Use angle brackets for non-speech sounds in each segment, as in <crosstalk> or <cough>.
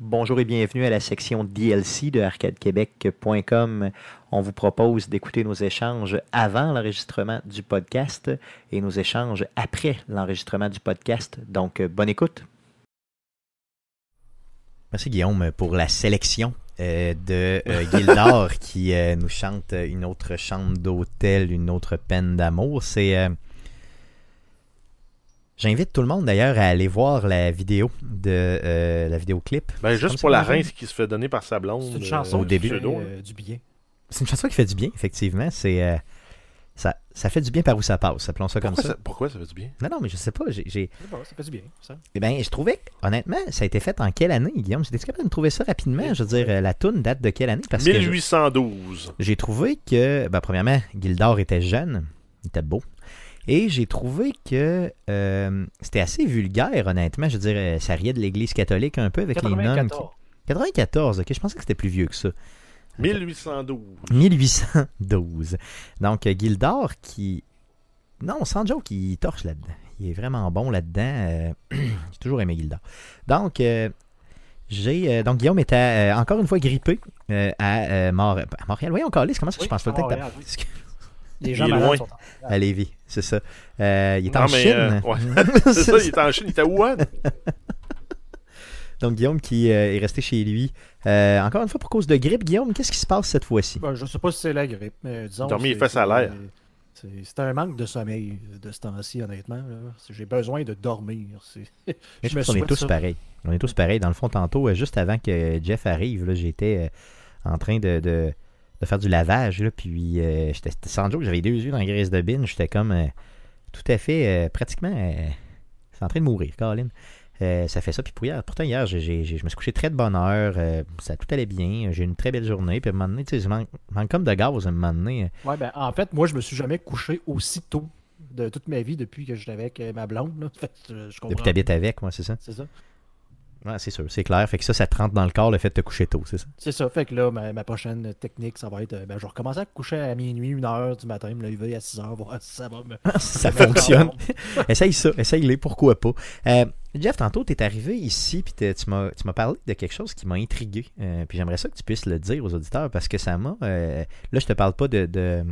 Bonjour et bienvenue à la section DLC de arcadequebec.com. On vous propose d'écouter nos échanges avant l'enregistrement du podcast et nos échanges après l'enregistrement du podcast. Donc, euh, bonne écoute. Merci Guillaume pour la sélection euh, de euh, <laughs> Gildor qui euh, nous chante une autre chambre d'hôtel, une autre peine d'amour. C'est euh, J'invite tout le monde d'ailleurs à aller voir la vidéo de euh, la vidéoclip. Ben, juste pour la rince qui se fait donner par sa blonde. euh, C'est une chanson au au début. début Pseudo, du billet. C'est une chanson qui fait du bien, effectivement. C'est euh, ça, ça fait du bien par où ça passe. Appelons ça comme Pourquoi ça. ça, pourquoi ça fait du bien? Non, non, mais je sais pas. J'ai, j'ai- Je sais pas, ça fait du bien, ça. Eh ben, je trouvais, que, honnêtement, ça a été fait en quelle année, Guillaume J'étais capable de me trouver ça rapidement. Je veux dire, euh, la toune date de quelle année Parce que je- 1812. j'ai trouvé que, ben, premièrement, Gildor était jeune, il était beau. Et j'ai trouvé que euh, c'était assez vulgaire, honnêtement. Je veux dire, euh, ça riait de l'Église catholique un peu avec les noms. 94. 94, ok, je pensais que c'était plus vieux que ça. 1812. 1812. Donc, euh, Gildor qui. Non, sans joke, il torche là-dedans. Il est vraiment bon là-dedans. euh, <clears throat> J'ai toujours aimé Gildor. Donc, euh, j'ai. euh, donc, Guillaume était euh, encore une fois grippé euh, à, euh, Mor- à Montréal. Voyons, Calis, comment ça, je Oui, ah pense pas à le temps que t'as- Montréal, <laughs> Les gens Il est malades loin. sont en À Lévis, c'est ça. Euh, il est en Non, mais, Chine. euh, <laughs> ouais. <laughs> C'est ça, il était en Chine, il était à Wuhan. Donc, Guillaume qui euh, est resté chez lui. Euh, encore une fois, pour cause de grippe, Guillaume, qu'est-ce qui se passe cette fois-ci? Ben, je sais pas si c'est la grippe, mais disons. Dormir les c'est- fesses à l'air. c'est- C'est c'est un manque de sommeil de ce temps-ci, honnêtement. là. C'est- J'ai besoin de dormir. c'est- <laughs> Mais Je je me pense qu'on est souhaite tous ça. pareils. On est tous pareils. Dans le fond, tantôt, euh, juste avant que Jeff arrive, là, j'étais euh, en train de, de- de faire du lavage. Là, puis euh, j'étais c'était sans joke, j'avais deux yeux dans la graisse de bine. J'étais comme euh, tout à fait, euh, pratiquement, euh, c'est en train de mourir, Colin. Euh, ça fait ça. Puis pour hier, pourtant, hier, j'ai- j'ai- j'ai- je me suis couché très de bonne heure. euh, ça tout allait bien. J'ai eu une très belle journée. Puis à un moment donné, tu sais, je manque, manque comme de gaz à un moment donné. euh, Ouais, ben, en fait, moi, je me suis jamais couché aussi tôt de toute ma vie depuis que j'étais avec euh, ma blonde. là. <laughs> Fait que, euh, je comprends. Depuis que tu habites avec, moi, c'est ça? C'est ça. Ouais, c'est sûr, c'est clair. Fait que ça, ça te rentre dans le corps le fait de te coucher tôt, c'est ça? <laughs> C'est ça. Fait que là, ma, ma prochaine technique, ça va être. euh, Ben, je vais recommencer à me coucher à minuit, 1 heure du matin, me lever à 6 heures, voir si ça va me. ça fonctionne. essaye ça, essaye-les, pourquoi pas. Euh, Jeff, tantôt, tu es arrivé ici, puis t'es- tu m'as tu m'as parlé de quelque chose qui m'a intrigué. Euh, puis j'aimerais ça que tu puisses le dire aux auditeurs, parce que ça m'a. euh, là, je te parle pas de. de,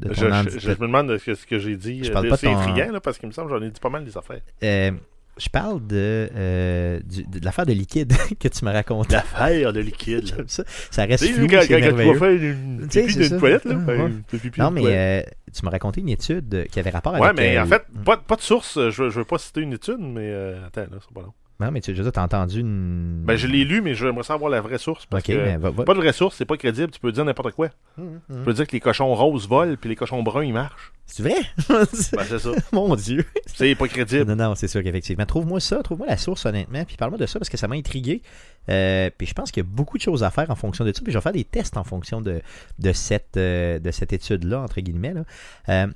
de ton Je, handi- je- je me demande de ce que, ce que j'ai dit. Je euh, parle pas de C'est ton- intriguant, là, parce qu'il me semble que j'en ai dit pas mal des affaires. Euh, je parle de, euh, du- de l'affaire de liquide <laughs> que tu m'as <laughs> raconté. L'affaire de liquide. là. J'aime ça. Ça reste Tu sais, flou, quand, quand- c'est quand tu vas merveilleux. faire une Tu sais, pipi c'est ça. d'une toilette, là. Ah, ben, ouais. une pipi Non, d'une mais toilette. euh, tu m'as raconté une étude euh, qui avait rapport Ouais, avec... mais euh, en fait, pas, pas de source. euh, Je, veux- je veux pas citer une étude, mais euh, attends, là, c'est pas long. Non, mais tu as entendu une... Ben, je l'ai lu, mais j'aimerais savoir la vraie source. Parce Mm. OK, que mais va- va- pas de vraie source, c'est pas crédible. Tu peux dire n'importe quoi. Hum, Tu hum. peux dire que les cochons roses volent, puis les cochons bruns, <laughs> ils marchent. C'est vrai? Ben, c'est ça. Mon Dieu! C'est pas crédible. Non, non, c'est sûr qu'effectivement. Trouve-moi ça, trouve-moi la source honnêtement, puis parle-moi de ça parce que ça m'a intrigué. Euh, puis je pense qu'il y a beaucoup de choses à faire en fonction de ça. Puis je vais faire des tests en fonction de, de cette, euh, de cette étude-là, entre guillemets. là. Euh,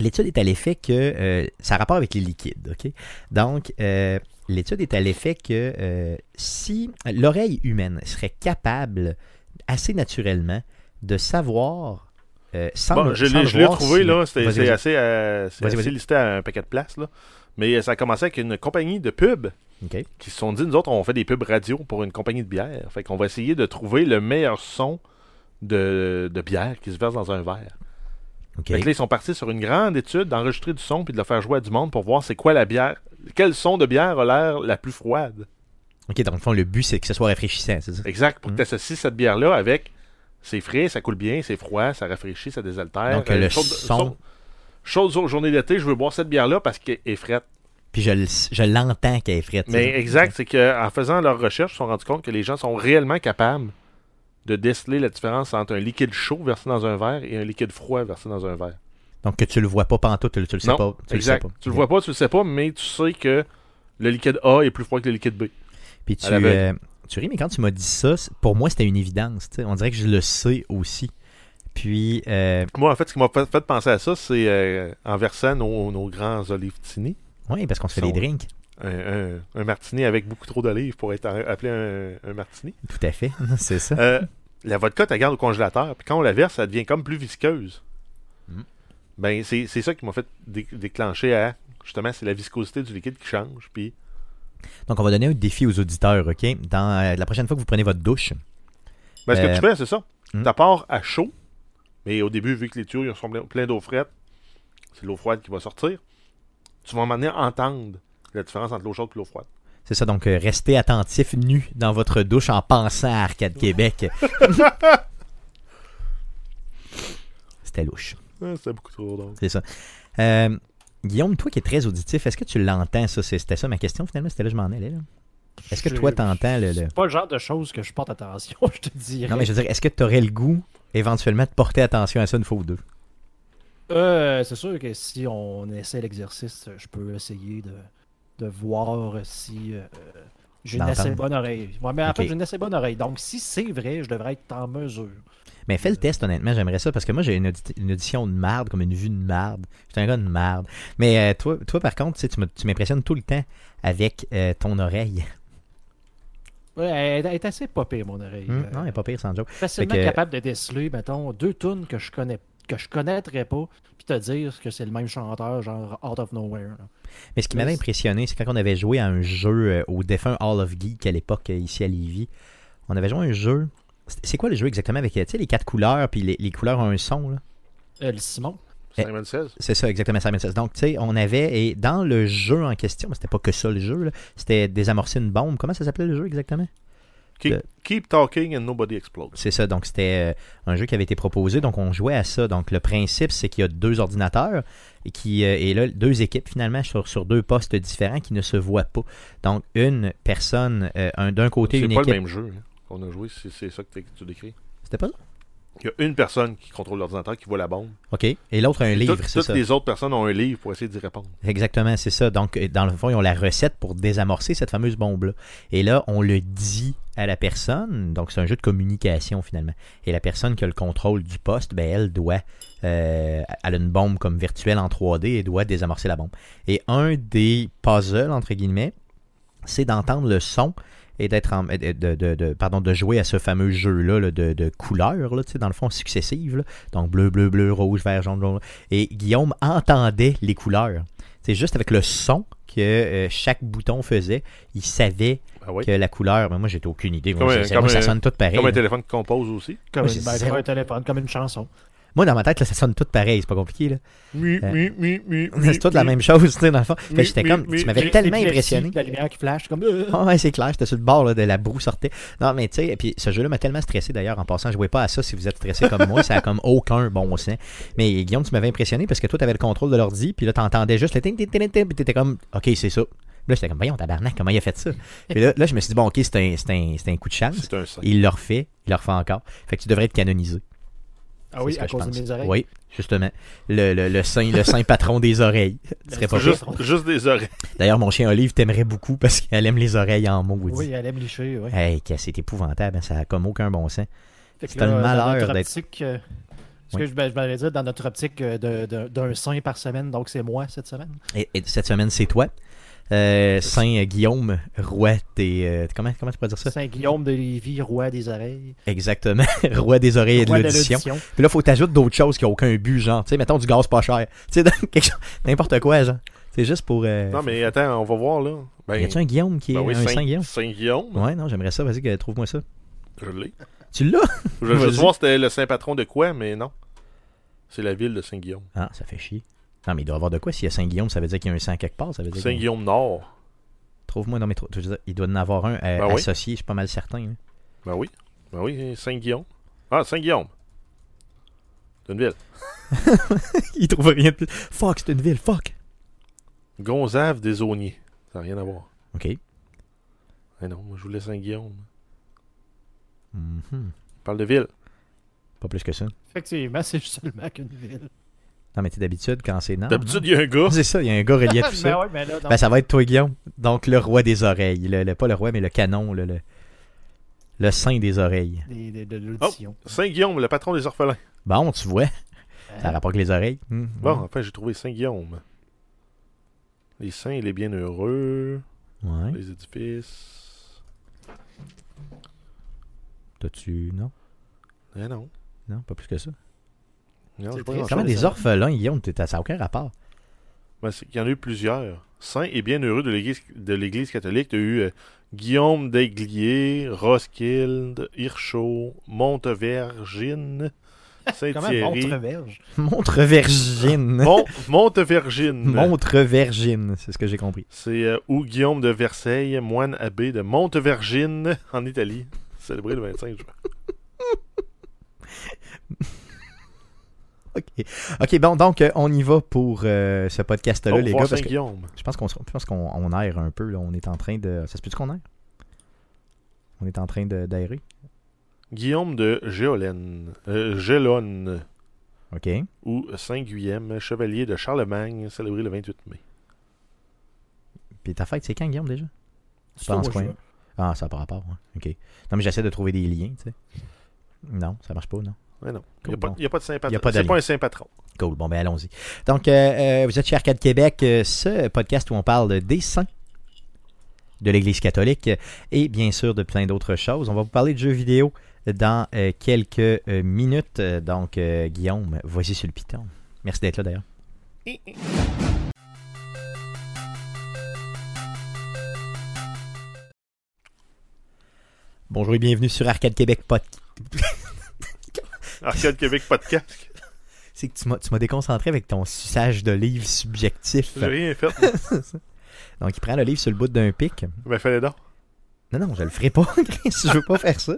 L'étude est à l'effet que euh, ça a rapport avec les liquides, OK? Donc, euh, l'étude est à l'effet que euh, si l'oreille humaine serait capable, assez naturellement, de savoir euh, sans Bon, le- je sans l'ai le je l'ai voir trouvé, si- là. C'était Vas-y, c'est vas-y. assez, euh, c'est Vas-y, assez vas-y. listé à un paquet de places, là. Mais euh, ça a commencé avec une compagnie de pubs OK. qui se sont dit, nous autres, on fait des pubs radio pour une compagnie de bière. Fait qu'on va essayer de trouver le meilleur son de, de bière qui se verse dans un verre. OK. Fait que là, ils sont partis sur une grande étude d'enregistrer du son puis de le faire jouer à du monde pour voir c'est quoi la bière. Quel son de bière a l'air la plus froide. OK, donc, au fond, le but, c'est que ce soit rafraîchissant, c'est ça? Exact, pour Mhm. que tu associes cette bière-là avec c'est frais, ça coule bien, c'est froid, ça rafraîchit, ça désaltère. Euh, Donc, le chaude- son- chaude- Chaude jour- journée d'été, je veux boire cette bière-là parce qu'elle est frette. Puis je, le- je l'entends qu'elle est frette. Mais ça. exact, c'est qu'en faisant leurs recherches, ils se sont rendus compte que les gens sont réellement capables de déceler la différence entre un liquide chaud versé dans un verre et un liquide froid versé dans un verre. Donc que tu le vois pas pantoute, tu le, tu le sais Non, pas. Tu exact. le sais pas. tu le vois pas, tu le sais pas, mais tu sais que le liquide A est plus froid que le liquide B. Puis tu, à l'aveugle. euh, tu ris, mais quand tu m'as dit ça, c'est- pour moi, c'était une évidence. tu sais. On dirait que je le sais aussi. Puis, euh, Moi, en fait, ce qui m'a fait fait penser à ça, c'est euh, en versant nos, nos grands Olivetini, oui, parce qu'on se fait Son- des drinks. un, un- un martini avec beaucoup trop d'olives pour être en- appelé un, un martini. Tout à fait. <laughs> c'est ça. Euh, la vodka, tu la gardes au congélateur, puis quand on la verse, ça devient comme plus visqueuse. Mm. Ben, c'est c'est ça qui m'a fait dé- déclencher à. Justement, c'est la viscosité du liquide qui change, puis Donc, on va donner un défi aux auditeurs, OK? Dans, euh, la prochaine fois que vous prenez votre douche, Ben, ce que Euh, tu fais, c'est ça. hmm. Tu part à chaud, mais au début, vu que les tuyaux ils sont pleins- pleins d'eau frette, c'est l'eau froide qui va sortir. Tu vas m'amener à entendre la différence entre l'eau chaude et l'eau froide. c'est ça, donc euh, restez attentif nu dans votre douche en pensant à Arcade Québec. C'était louche, Ah, c'est beaucoup trop drôle. c'est ça. Euh, Guillaume, toi qui es très auditif, est-ce que tu l'entends ça? C'est- C'était ça ma question finalement, c'était là que je m'en allais. Là. Est-ce que toi t'entends le- le... C'est pas le genre de choses que je porte attention, <laughs> je te dirais. Non, mais je veux dire, est-ce que tu aurais le goût éventuellement de porter attention à ça une fois ou deux? Euh, c'est sûr que si on essaie l'exercice, je peux essayer de, de voir si euh, j'ai une D'entendre. assez bonne oreille. Ouais, mais en Ok. fait, j'ai une assez bonne oreille. Donc, si c'est vrai, je devrais être en mesure. Mais fais le test, honnêtement, j'aimerais ça parce que moi, j'ai une, audit- une audition de marde, comme une vue de marde. J'étais un gars de marde. Mais euh, toi, toi, par contre, tu sais, tu me- tu m'impressionnes tout le temps avec euh, ton oreille. Ouais, elle, est- elle est assez pas pire, mon oreille. Hum, Euh, Non, elle est pas pire sans joke. facilement Fait que- capable de déceler, mettons, deux tunes que je connais que je connaîtrais pas, puis te dire que c'est le même chanteur, genre Out of Nowhere. là. Mais ce qui Mais m'avait c'est- impressionné, c'est quand on avait joué à un jeu euh, au défunt Hall of Geek à l'époque, euh, ici à Lévis. On avait joué à un jeu. C'est c'est quoi le jeu exactement avec euh, tu sais, les quatre couleurs, puis les, les couleurs ont un son, là? Euh, le Simon. Eh. 5,16. C'est ça, exactement, Simon Says. Donc, tu sais, on avait, et dans le jeu en question, mais c'était pas que ça le jeu, là, c'était désamorcer une bombe. Comment ça s'appelait le jeu exactement Keep, Le- keep talking and nobody explodes. C'est ça, donc c'était euh, un jeu qui avait été proposé, donc on jouait à ça. Donc, le principe, c'est qu'il y a deux ordinateurs, et, qui, euh, et là, deux équipes finalement sur, sur deux postes différents qui ne se voient pas. Donc, une personne, euh, un- d'un côté, C'est une pas le équipe. même jeu hein, qu'on a joué, si c'est ça que t'es- tu décris. C'était pas ça Il y a une personne qui contrôle l'ordinateur qui voit la bombe. OK. Et l'autre, un livre, Toutes- c'est toutes ça. les autres personnes ont un livre pour essayer d'y répondre. Exactement, c'est ça. Donc, euh, dans le fond, ils ont la recette pour désamorcer cette fameuse bombe-là. Et là, on le dit à la personne. Donc, c'est un jeu de communication, finalement. Et la personne qui a le contrôle du poste, ben, elle doit. euh, elle a une bombe comme virtuelle en 3D et doit désamorcer la bombe. Et un des puzzles, entre guillemets, c'est d'entendre le son et d'être en- de, de- de- de- pardon de jouer à ce fameux jeu là, de, de couleurs là, tu sais, dans le fond successives là. donc bleu bleu bleu rouge vert jaune jaune et Guillaume entendait les couleurs c'est juste avec le son que euh, chaque bouton faisait il savait Ah oui. que la couleur mais moi j'étais aucune idée moi, Comme je un- sais- moi, comme ça un- sonne tout pareil Comme un là. téléphone qui compose aussi. Comme, Oui, une- c'est ben, zéro. comme un téléphone, comme une chanson. moi dans ma tête là, ça sonne tout pareil c'est pas compliqué là. Mu, Euh, mu, mu, mu, c'est toute la mu. même chose tu sais dans le fond Fait que Oui, j'étais oui, comme oui, tu m'avais oui. tellement L'épilepsie, impressionné puis La lumière qui flash, comme. euh, <laughs> Ah ouais, c'est clair, j'étais sur le bord là, de la broue sortait. Non, mais tu sais, et puis ce jeu-là m'a tellement stressé d'ailleurs en passant. Je jouais pas à ça si vous êtes stressé comme moi, ça a comme aucun bon sens. Mais Guillaume, tu m'avais impressionné parce que toi, t'avais le contrôle de l'ordi, puis là, t'entendais juste le ting ting ting ting, puis t'étais comme, ok, c'est ça. Là, j'étais comme, voyons, tabarnak, comment il a fait ça? Puis là, là je me suis dit, bon, ok, c'est un, c'est un, c'est un coup de chance. C'est un sac. Ah, Il le refait, il le refait encore. Fait que tu devrais être canonisé. Ah oui, C'est ce à que je cause de pense. mes oreilles. Oui, justement. Le, le, le saint, le saint patron des <laughs> oreilles. Ce serait pas Juste, pire. juste des oreilles. D'ailleurs, mon chien Olive t'aimerait beaucoup parce qu'elle aime les oreilles en mots. Oui, elle aime licher, oui. Hey, que c'est épouvantable, hein, ça a comme aucun bon sens. Fait que c'est le là, dans malheur notre d'être- optique, euh, ce Oui. que je, ben, je m'allais dire, dans notre optique euh, de- de- d'un saint par semaine, donc c'est moi <laughs> cette semaine. Et, et cette semaine, c'est toi. Euh, Saint Guillaume, roi des. euh, comment, comment tu pourrais dire ça Saint-Guillaume de Lévis, roi des oreilles. Exactement. <laughs> roi des oreilles et de roi l'audition. Puis là, faut t'ajouter d'autres choses qui n'ont aucun but, genre. Tu sais, mettons du gaz pas cher. <laughs> Tu sais, dans- quelque chose- n'importe quoi, genre. C'est juste pour. euh, Non, mais attends, on va voir là. Ben, Y a-tu un Guillaume qui est ben oui, un Saint, Guillaume Saint-Guillaume, Ouais, non, j'aimerais ça. Vas-y, que- trouve-moi ça. je l'ai. Tu l'as Je voulais juste Vas-y. voir c'était le Saint-Patron de quoi, mais non. C'est la ville de Saint-Guillaume. Ah, ça fait chier. Non, mais il doit y avoir de quoi. S'il y a Saint Guillaume, ça veut dire qu'il y a un sang quelque part. Ça veut dire. qu'on- Saint-Guillaume-Nord. Trouve-moi, non, mais trou- je veux dire, il doit en avoir un euh, Ben oui. associé, je suis pas mal certain. hein. Ben oui. Ben oui, Saint-Guillaume. Ah, Saint-Guillaume. C'est une ville. Il trouve rien de plus. Fuck, c'est une ville, fuck. Gonzave des Auniers. Ça n'a rien à voir. OK. Eh non, moi je voulais Saint-Guillaume. Mhm. On Parle de ville. Pas plus que ça. Effectivement, <laughs> c'est seulement qu'une ville. Non, mais tu sais, d'habitude, quand c'est Ah, non. D'habitude, il y a un gars. non. C'est ça, il y a un gars relié <laughs> à tout <laughs> Ben ça. ouais, mais là, non. Ben, ça va être toi, Guillaume. Donc, le roi des oreilles. Le, le- pas le roi, mais le canon, le, le, le saint des oreilles. Des- des- de l'audition. Saint-Guillaume, le patron des orphelins. Bon, tu vois, ça a Hein? rapport avec les oreilles. Hmm, Bon, enfin, j'ai trouvé Saint-Guillaume. Les saints, et les bienheureux, Ouais. les édifices. T'as-tu. Non? Eh non. Non, pas plus que ça. Non, j'ai C'est pas triste. grand-chose. Comment les des oreilles. orphelins, Guillaume? t'es- Ça n'a aucun rapport. <laughs> Ben, c'est qu'il y en a eu plusieurs. saint et bienheureux de l'Église, de l'Église catholique, tu as eu euh, Guillaume d'Aiglier, Roskilde, Hirschau, Montevergine, <laughs> Comment Saint-Thierry. Montreverge? Montrevergine. Mon- <laughs> Montevergine. Montrevergine, c'est ce que j'ai compris. C'est euh, où Guillaume de Versailles, moine abbé de Montevergine, <laughs> en Italie, célébré le 25 juin. OK. OK, bon, donc euh, on y va pour euh, ce podcast-là, Au les revoir, gars, parce que Saint-Guillaume. je pense qu'on se- je pense qu'on on aère un peu. Là. On est en train de. Ça se peut-tu qu'on aère? On est en train de- d'aérer. Guillaume de Géolène, euh, Gélone, OK. ou Saint-Guillaume, chevalier de Charlemagne, célébré le 28 mai. Puis ta fête, c'est quand, Guillaume, déjà? C'est Dans ce au mois de coin. Ah, ça n'a pas rapport. hein. OK. Non, mais j'essaie de trouver des liens, tu sais. Non, ça marche pas, non. Ouais, non. Il Cool, n'y a, pas- bon. il y a pas de Il y a Saint-Patron. pas C'est d'allié. pas un Saint-Patron. Cool. Bon, ben allons-y. Donc, euh, euh, vous êtes chez Arcade Québec, euh, ce podcast où on parle des saints de l'Église catholique euh, et bien sûr de plein d'autres choses. On va vous parler de jeux vidéo dans euh, quelques euh, minutes. Euh, Donc, euh, Guillaume, voici sur le piton. Merci d'être là d'ailleurs. Bonjour et bienvenue sur Arcade Québec Podcast. Arcade Québec, pas de casque. C'est que tu m'as- tu m'as déconcentré avec ton suçage de livre subjectif. J'ai rien fait. <laughs> Donc, il prend le livre sur le bout d'un pic. Mais fallait donc. Non, non, je le ferai pas, <laughs> Chris, je veux pas faire ça.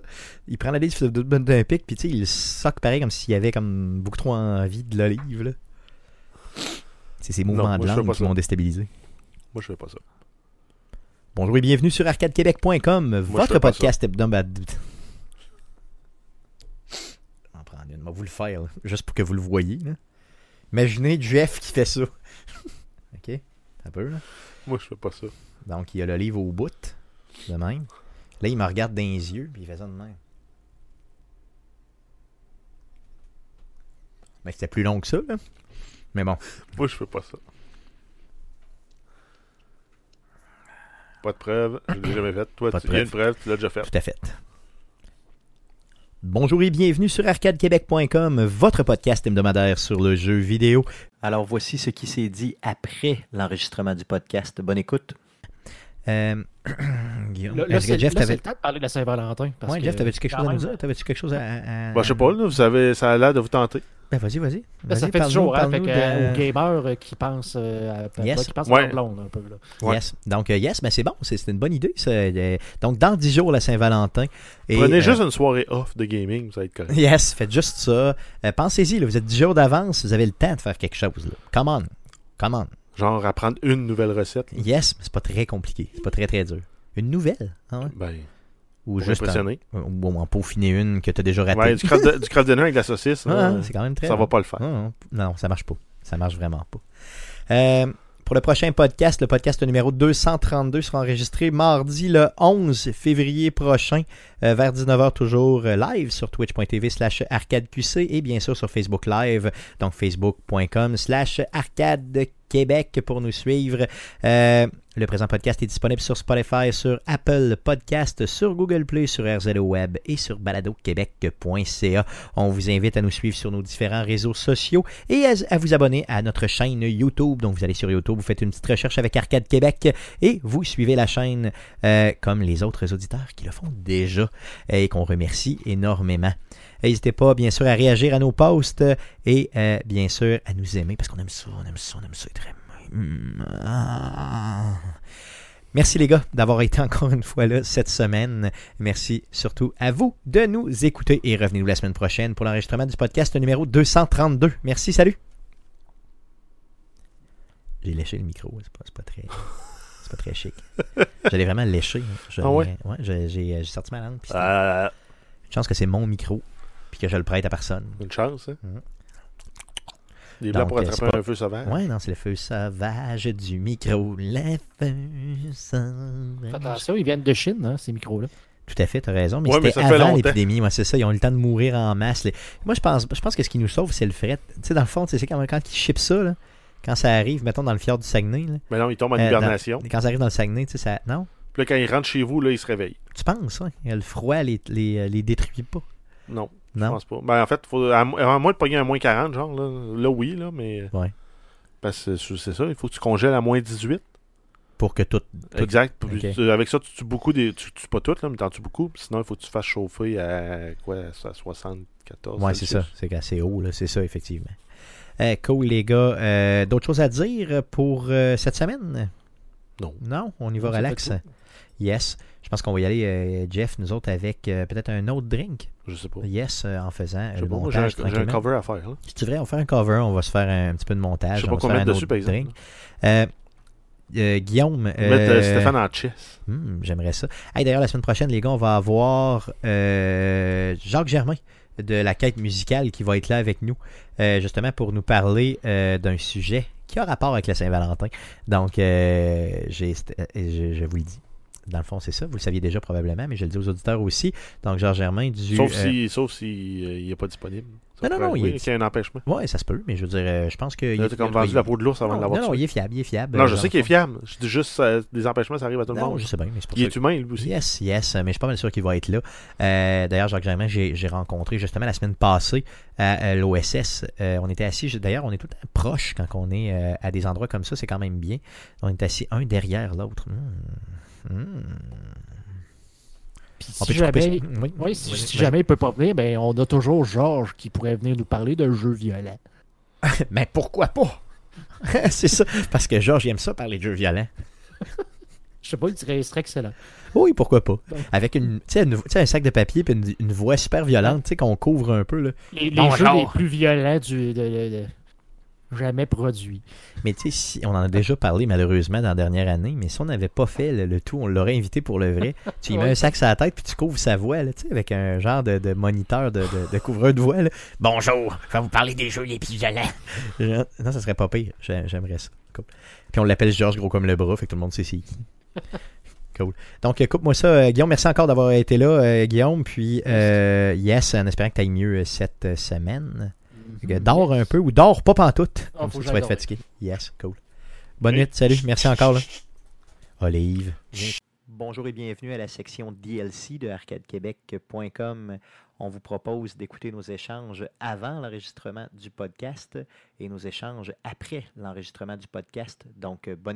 Il prend la livre sur le bout d'un pic, puis tu sais, il le soque pareil comme s'il avait comme beaucoup trop envie de le livre, là. C'est ces mouvements moi, de je fais langue pas qui ça. m'ont déstabilisé. Moi, je fais pas ça. Bonjour et bienvenue sur arcadequebec.com, votre fais pas podcast hebdomadaire. Je vais en prendre une, je vais vous le faire, là, juste pour que vous le voyez. là. Imaginez Jeff qui fait ça. <laughs> ok, un peu, là. Moi, je fais pas ça. Donc, il a le livre au bout, de même. Là, il me regarde dans les yeux, puis il fait ça de même. Mais c'était plus long que ça, là. Mais bon, Moi, je fais pas ça. Pas de preuve. Je l'ai jamais faite. Toi, Pas tu- de il y a une preuve. Tu l'as déjà faite. tout à fait. Bonjour et bienvenue sur arcadequebec.com, votre podcast hebdomadaire sur le jeu vidéo. Alors voici ce qui s'est dit après l'enregistrement du podcast. Bonne écoute. Euh, <clears throat> Guillaume, Là, là, est-ce que c'est Jeff, là, c'est t'avais... le temps de parler de la Saint-Valentin. parce Ouais, que- Jeff, t'avais-tu quelque quand chose à nous même, dire? T'avais-tu quelque chose à... à- Bah, je sais pas, là, vous avez, ça a l'air de vous tenter. Ben, vas-y, vas-y. Là, ça Vas-y, fait parle-nous- toujours hein, fait parle-nous que, de- euh, aux gamers euh, qui pensent euh, à, Yes. qui pensent à Ouais. leur blonde un peu. Là. Ouais. Yes. Donc, euh, yes, ben c'est bon, c'est c'est une bonne idée. ça. Euh, Donc, dans 10 jours, la Saint-Valentin. Et, Prenez euh, juste une soirée off de gaming, ça va être <laughs> correct. Yes, faites juste ça. Euh, Pensez-y, là, vous êtes 10 jours d'avance, vous avez le temps de faire quelque chose. là. Come on. Come on. Genre, apprendre une nouvelle recette. là. Yes, mais c'est pas très compliqué, c'est pas très très dur. Une nouvelle, hein, ouais. Ben, Ou pour juste en, impressionner. ou en peaufiner une que t'as déjà ratée. Ouais, du crabe de, du crabe de nain avec de la saucisse, Ouais, là, ouais, c'est quand même très ça bon. va pas le faire. Non, non, non, ça marche pas. Ça marche vraiment pas. Euh, pour le prochain podcast, le podcast numéro 232 sera enregistré mardi le 11 février prochain, euh, vers 19h toujours, euh, live sur twitch.tv slash arcadeqc et bien sûr sur Facebook Live, donc facebook.com slash arcadequebec pour nous suivre. Euh, le présent podcast est disponible sur Spotify, sur Apple Podcast, sur Google Play, sur RZO Web et sur baladoquebec.ca. On vous invite à nous suivre sur nos différents réseaux sociaux et à, à vous abonner à notre chaîne YouTube. Donc, vous allez sur YouTube, vous faites une petite recherche avec Arcade Québec et vous suivez la chaîne euh, comme les autres auditeurs qui le font déjà et qu'on remercie énormément. Et N'hésitez pas, bien sûr, à réagir à nos posts et euh, bien sûr à nous aimer parce qu'on aime ça, on aime ça, on aime ça être aimé. Mm, ah. Merci les gars d'avoir été encore une fois là cette semaine. Merci surtout à vous de nous écouter et revenez-nous la semaine prochaine pour l'enregistrement du podcast numéro 232. Merci, salut. J'ai léché le micro, c'est pas, c'est pas très. C'est pas très chic. J'allais vraiment le lécher. Je- Ah ouais? j'ai- j'ai j'ai sorti ma langue. Puis c'était- Euh, une chance que c'est mon micro puis que je le prête à personne. une chance, hein? Mhm. Des blancs Donc, pour euh, c'est attraper pas- un feu sauvage. Ouais, non, c'est le feu sauvage du micro. Le feu Faites sauvage. Attention, ils viennent de Chine, hein, ces micros-là. Tout à fait, t'as raison. Mais Ouais, mais c'était ça fait avant longtemps. l'épidémie, moi, c'est ça. Ils ont eu le temps de mourir en masse. les- Moi, je pense, je pense que ce qui nous sauve, c'est le fret. Tu sais, dans le fond, tu sais, c'est quand, quand ils chipent ça, là, quand ça arrive, mettons, dans le fjord du Saguenay, là, Mais non, il tombe en Euh, dans- hibernation. quand ça arrive dans le Saguenay, tu sais, ça. Non? Puis là, quand il rentre chez vous, là, il se réveille. Tu penses, hein? Le froid les, les, euh, les détruit pas. Non, je Non? pense pas. Ben, en fait, faut, à, mo- à moins de pogner un moins 40, genre, là, là oui, là, mais. Ouais. Parce que c'est c'est ça, il faut que tu congèles à moins 18. pour que tout. tout- Exact. Puis Ok. tu- avec ça, tu tues beaucoup des. Tu tu tues pas toutes, là, mais t'en tues beaucoup. Sinon, il faut que tu fasses chauffer à quoi À 74. Ouais, c'est ça. Celsius. C'est assez haut, là. C'est ça, effectivement. Euh, cool, les gars. Euh, D'autres choses à dire pour euh, cette semaine Non. Non, on y va Ça fait relax. hein. Yes. Je pense qu'on va y aller, euh, Jeff, nous autres, avec euh, peut-être un autre drink. Je sais pas. Yes, euh, en faisant Je euh, sais le pas, moi, j'ai un- montage j'ai un tranquillement. cover à faire. là. Si tu veux, on fait un cover, on va se faire un, petit peu de montage. Je on sais pas va qu'on se Ah, faire mette un dessus, autre par exemple. drink. Euh, euh, Guillaume. Mettre euh, euh, Stéphane en chess. Hmm, J'aimerais ça. Hey, D'ailleurs, la semaine prochaine, les gars, on va avoir euh, Jacques Germain de la quête musicale qui va être là avec nous, euh, justement pour nous parler euh, d'un sujet qui a rapport avec la Saint-Valentin. Donc, euh, j'ai- euh, je, je vous le dis. Dans le fond, c'est ça. Vous le saviez déjà probablement, mais je le dis aux auditeurs aussi. Donc, Jacques Germain du... Sauf euh, si, sauf si euh, il n'est pas disponible. Ça Non, non, pourrait non, il arriver est- qu'il y a un empêchement. Ouais, ça se peut, mais je veux dire, euh, je pense que... Là, t'as comme vendu la peau de l'ours avant de Non, l'avoir non, il tué. est fiable, il est fiable. Non, euh, je dans sais le qu'il est fond. fiable. Je dis juste, euh, des empêchements, ça arrive à tout le Non, monde. je sais bien, mais c'est pour Il ça est humain, lui aussi. Yes, yes, mais je suis pas mal sûr qu'il va être là. Euh, D'ailleurs, Jacques Germain, j'ai j'ai rencontré justement la semaine passée à, l'OSS. Euh, on était assis, je- d'ailleurs, on est tout le temps proches quand on est euh, à des endroits comme ça, c'est quand même bien. On est assis un derrière l'autre. Hmm. Hmm. Puis On si peut-tu couper jamais, ça? Oui. oui, si, si Vas-y. jamais il peut pas venir, ben, on a toujours Georges qui pourrait venir nous parler de jeux violents. Mais pourquoi pas? <laughs> c'est ça, parce que Georges il aime ça parler de jeux violents. Je sais pas, il serait, il serait excellent. Oui, pourquoi pas? Ben. Avec une, tu sais, une- tu sais, un sac de papier et une, une voix super violente, tu sais, qu'on couvre un peu. Là. Les, les Non, jeux Georges. les plus violents du, de- de- de- jamais produits. Mais tu sais, si- on en a déjà parlé malheureusement dans la dernière année, mais si on n'avait pas fait le, le tout, on l'aurait invité pour le vrai. Tu lui mets Ouais. un sac sur la tête puis tu couvres sa voix, là, tu sais, avec un genre de, de moniteur de, de, de couvreur de voix. là. Bonjour, je vais vous parler des jeux les plus violents. Genre, Non, ça serait pas pire. J'ai- J'aimerais ça. Cool. Puis on l'appelle Georges Gros comme le bras, fait que tout le monde sait c'est qui. Cool. Donc, euh, coupe-moi ça, euh, Guillaume. Merci encore d'avoir été là, euh, Guillaume. Puis, euh, yes, en espérant que tu ailles mieux euh, cette euh, semaine. Fait que Dors un peu ou dors pas pantoute. Ah, Comme faut ça, que tu vas être j'aille fatigué. Yes, cool. Bonne Hey. nuit, salut, merci encore. Là. Olive. Bonjour et bienvenue à la section DLC de arcadequebec.com. On vous propose d'écouter nos échanges avant l'enregistrement du podcast et nos échanges après l'enregistrement du podcast. Donc, euh, bonne